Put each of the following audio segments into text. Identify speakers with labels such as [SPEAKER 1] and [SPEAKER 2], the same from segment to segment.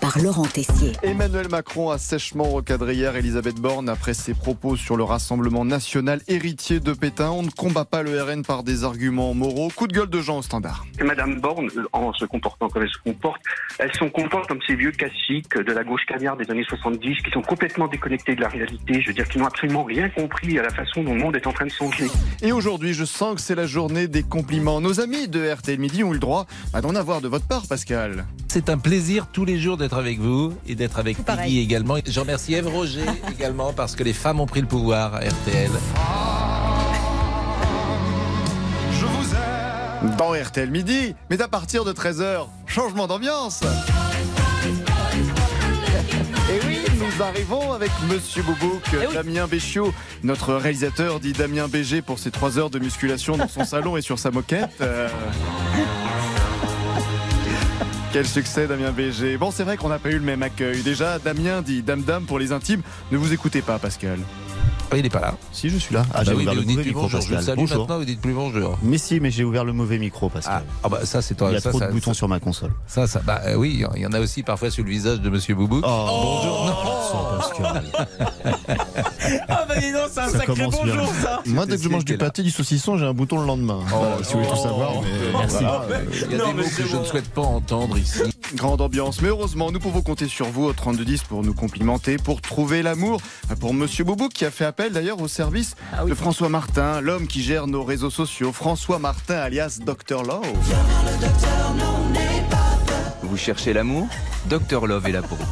[SPEAKER 1] par Laurent Tessier.
[SPEAKER 2] Emmanuel Macron a sèchement recadré hier Elisabeth Borne après ses propos sur le Rassemblement national héritier de Pétain. On ne combat pas le RN par des arguments moraux. Coup de gueule de Jean au standard.
[SPEAKER 3] Et Madame Borne, en se comportant comme elle se comporte, elles sont comportent comme ces vieux classiques de la gauche caviar des années 70 qui sont complètement déconnectés de la réalité. Je veux dire qu'ils n'ont absolument rien compris à la façon dont le monde est en train de changer.
[SPEAKER 2] Et aujourd'hui, je sens que c'est la journée des compliments. Nos amis de RTL Midi ont eu le droit à d'en avoir de votre part, Pascal.
[SPEAKER 4] C'est un plaisir tous les jours d'être avec vous et d'être avec
[SPEAKER 5] Tout
[SPEAKER 4] Peggy
[SPEAKER 5] pareil.
[SPEAKER 4] également. Je remercie Eve Roger également parce que les femmes ont pris le pouvoir à RTL.
[SPEAKER 2] Dans RTL Midi, mais à partir de 13h, changement d'ambiance. Et oui, nous arrivons avec Monsieur Boubouk, Damien Béchiot, notre réalisateur dit Damien BG pour ses 3 heures de musculation dans son salon et sur sa moquette. Euh, Quel succès Damien BG. Bon, c'est vrai qu'on n'a pas eu le même accueil. Déjà, Damien dit Dame Dame pour les intimes. Ne vous écoutez pas, Pascal.
[SPEAKER 4] Ah, Il n'est pas là.
[SPEAKER 6] Si, je suis là. Ah,
[SPEAKER 4] Bah
[SPEAKER 6] j'ai
[SPEAKER 4] oui,
[SPEAKER 6] ouvert
[SPEAKER 4] mais
[SPEAKER 6] le
[SPEAKER 4] vous dites
[SPEAKER 6] mauvais
[SPEAKER 4] plus
[SPEAKER 6] micro,
[SPEAKER 4] bonjour. Je le
[SPEAKER 6] Pascal.
[SPEAKER 4] salue
[SPEAKER 6] Bonjour.
[SPEAKER 4] maintenant, vous dites plus bonjour.
[SPEAKER 6] Mais si, mais j'ai ouvert le mauvais micro,
[SPEAKER 4] Ah,
[SPEAKER 6] Pascal.
[SPEAKER 4] ah bah ça c'est toi.
[SPEAKER 6] Il y a
[SPEAKER 4] ça,
[SPEAKER 6] trop
[SPEAKER 4] ça-
[SPEAKER 6] de boutons sur ma console.
[SPEAKER 4] Ça, ça, bah euh, oui, il y en a aussi parfois sur le visage de Monsieur Boubou.
[SPEAKER 6] Oh, bonjour. Non, Pascal.
[SPEAKER 7] Ah bah dis donc, c'est un
[SPEAKER 6] Ça
[SPEAKER 7] sacré
[SPEAKER 6] commence bien.
[SPEAKER 7] bonjour ça
[SPEAKER 6] Moi, dès que je mange
[SPEAKER 4] C'était Oh.
[SPEAKER 6] du
[SPEAKER 4] là.
[SPEAKER 6] pâté, du saucisson, j'ai un bouton le lendemain. Euh, si vous voulez tout savoir, mais voilà, euh,
[SPEAKER 4] Il y a
[SPEAKER 7] Non,
[SPEAKER 4] des
[SPEAKER 7] mais
[SPEAKER 4] mots
[SPEAKER 7] c'est
[SPEAKER 4] que je
[SPEAKER 7] bon.
[SPEAKER 4] ne souhaite pas entendre ici.
[SPEAKER 2] Grande ambiance, mais heureusement, nous pouvons compter sur vous au 3210 pour nous complimenter, pour trouver l'amour, pour Monsieur Boubouk qui a fait appel d'ailleurs au service de François Martin, l'homme qui gère nos réseaux sociaux, François Martin alias Dr Love.
[SPEAKER 8] Vous cherchez l'amour Dr Love est là pour vous.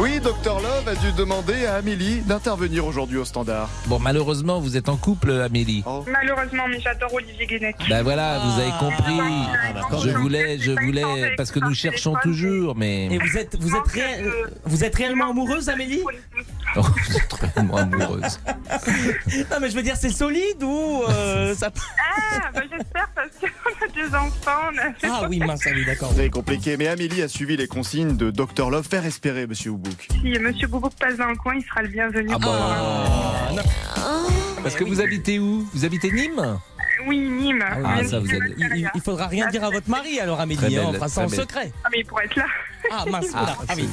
[SPEAKER 2] Oui, Dr Love a dû demander à Amélie d'intervenir aujourd'hui au standard.
[SPEAKER 4] Bon, malheureusement, vous êtes en couple, Amélie.
[SPEAKER 6] Oh.
[SPEAKER 9] Malheureusement, mais j'adore Olivier Guénec.
[SPEAKER 4] Ben voilà, vous avez compris.
[SPEAKER 6] Ah, bah, quand
[SPEAKER 4] Je
[SPEAKER 6] même.
[SPEAKER 4] voulais, je voulais, parce que nous cherchons toujours, mais
[SPEAKER 7] Et vous êtes, vous êtes, réel- vous êtes réellement amoureuse Amélie
[SPEAKER 4] Oh, vous êtes vraiment amoureuse.
[SPEAKER 7] Non mais je veux dire c'est solide ou euh, ça...
[SPEAKER 9] Ah, bah j'espère parce qu'on a des enfants. on a-
[SPEAKER 7] Ah oui mince, ah oui d'accord.
[SPEAKER 2] Très compliqué, mais Amélie a suivi les consignes de Dr Love. Faire espérer, Monsieur Boubouk.
[SPEAKER 9] Si Monsieur Boubouk passe dans le coin, il sera le bienvenu.
[SPEAKER 6] Oh.
[SPEAKER 4] Ah bon Parce que vous habitez où Vous habitez Nîmes
[SPEAKER 9] Oui, Nîmes.
[SPEAKER 4] Ah,
[SPEAKER 9] Même
[SPEAKER 4] ça,
[SPEAKER 9] si
[SPEAKER 4] vous
[SPEAKER 9] je
[SPEAKER 4] allez-
[SPEAKER 9] me
[SPEAKER 7] Il,
[SPEAKER 9] carrière.
[SPEAKER 7] il faudra rien dire à votre mari alors Amélie,
[SPEAKER 4] Très
[SPEAKER 7] hein, on
[SPEAKER 4] belle,
[SPEAKER 7] fera ça
[SPEAKER 4] très
[SPEAKER 7] en
[SPEAKER 4] belle.
[SPEAKER 7] secret.
[SPEAKER 9] Ah, mais il pourrait être là.
[SPEAKER 7] Ah mince, voilà. ah, oui.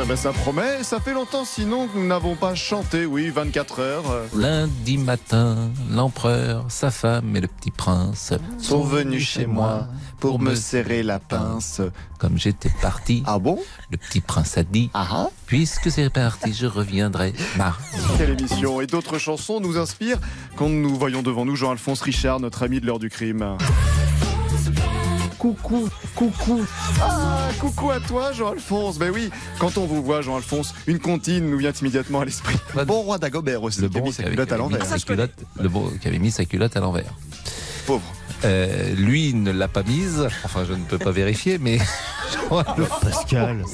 [SPEAKER 2] Ah bah, ça promet, ça fait longtemps sinon que nous n'avons pas chanté, oui, 24 heures. euh,
[SPEAKER 4] Lundi matin, l'empereur, sa femme et le petit prince
[SPEAKER 2] Sont venus chez moi pour me serrer la pince.
[SPEAKER 4] Comme j'étais parti,
[SPEAKER 2] Ah bon
[SPEAKER 4] le petit prince a dit
[SPEAKER 2] Ah ah
[SPEAKER 4] Puisque c'est parti, je reviendrai mardi.
[SPEAKER 2] Quelle émission Et d'autres chansons nous inspirent quand nous voyons devant nous Jean-Alphonse Richard, notre ami de l'heure du crime. Coucou, coucou. Ah, coucou à toi, Jean-Alphonse. Ben oui, quand on vous voit, Jean-Alphonse, une comptine nous vient immédiatement à l'esprit.
[SPEAKER 4] Pas de-
[SPEAKER 2] Bon roi d'Agobert aussi,
[SPEAKER 4] Bah, Le
[SPEAKER 2] qui a
[SPEAKER 4] bon
[SPEAKER 2] mis
[SPEAKER 4] qui
[SPEAKER 2] sa
[SPEAKER 4] avait,
[SPEAKER 2] culotte à
[SPEAKER 4] qui avait mis
[SPEAKER 2] l'envers.
[SPEAKER 4] sa culotte- le bon qui avait mis sa culotte à l'envers.
[SPEAKER 2] Pauvre.
[SPEAKER 4] Euh, lui ne l'a pas mise. Enfin, je ne peux pas vérifier, mais
[SPEAKER 6] Pascal.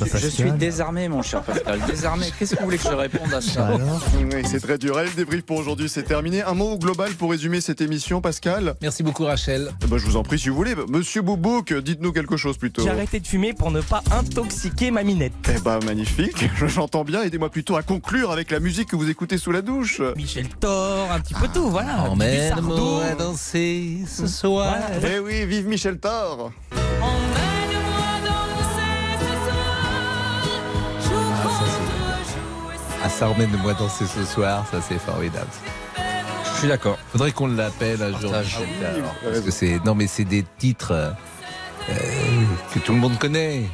[SPEAKER 8] Je suis désarmé, mon cher Pascal. Désarmé. Qu'est-ce que vous voulez que je réponde à
[SPEAKER 6] Bah
[SPEAKER 8] ça
[SPEAKER 6] alors
[SPEAKER 2] Oui, c'est très dur. Allez, le débrief pour aujourd'hui, c'est terminé. Un mot global pour résumer cette émission, Pascal
[SPEAKER 4] merci beaucoup Rachel.
[SPEAKER 2] Eh ben, Je vous en prie, si vous voulez. Monsieur Boubouk, dites-nous quelque chose plutôt.
[SPEAKER 7] J'ai arrêté de fumer pour ne pas intoxiquer ma minette.
[SPEAKER 2] Eh ben, magnifique. J'entends bien. Aidez-moi plutôt à conclure avec la musique que vous écoutez sous la douche.
[SPEAKER 7] Michel Thor, un petit
[SPEAKER 4] Ah,
[SPEAKER 7] peu tout, voilà. Du Sardou.
[SPEAKER 4] Emmène-moi danser ce soir.
[SPEAKER 2] Eh oui, vive Michel Thor
[SPEAKER 4] Ah, ça emmène-moi danser ce soir, ça c'est formidable.
[SPEAKER 8] Je suis d'accord.
[SPEAKER 4] Faudrait qu'on l'appelle un jour.
[SPEAKER 8] Partage.
[SPEAKER 4] Michel Thor. Parce que c'est non mais c'est des titres euh, euh, que tout le monde connaît.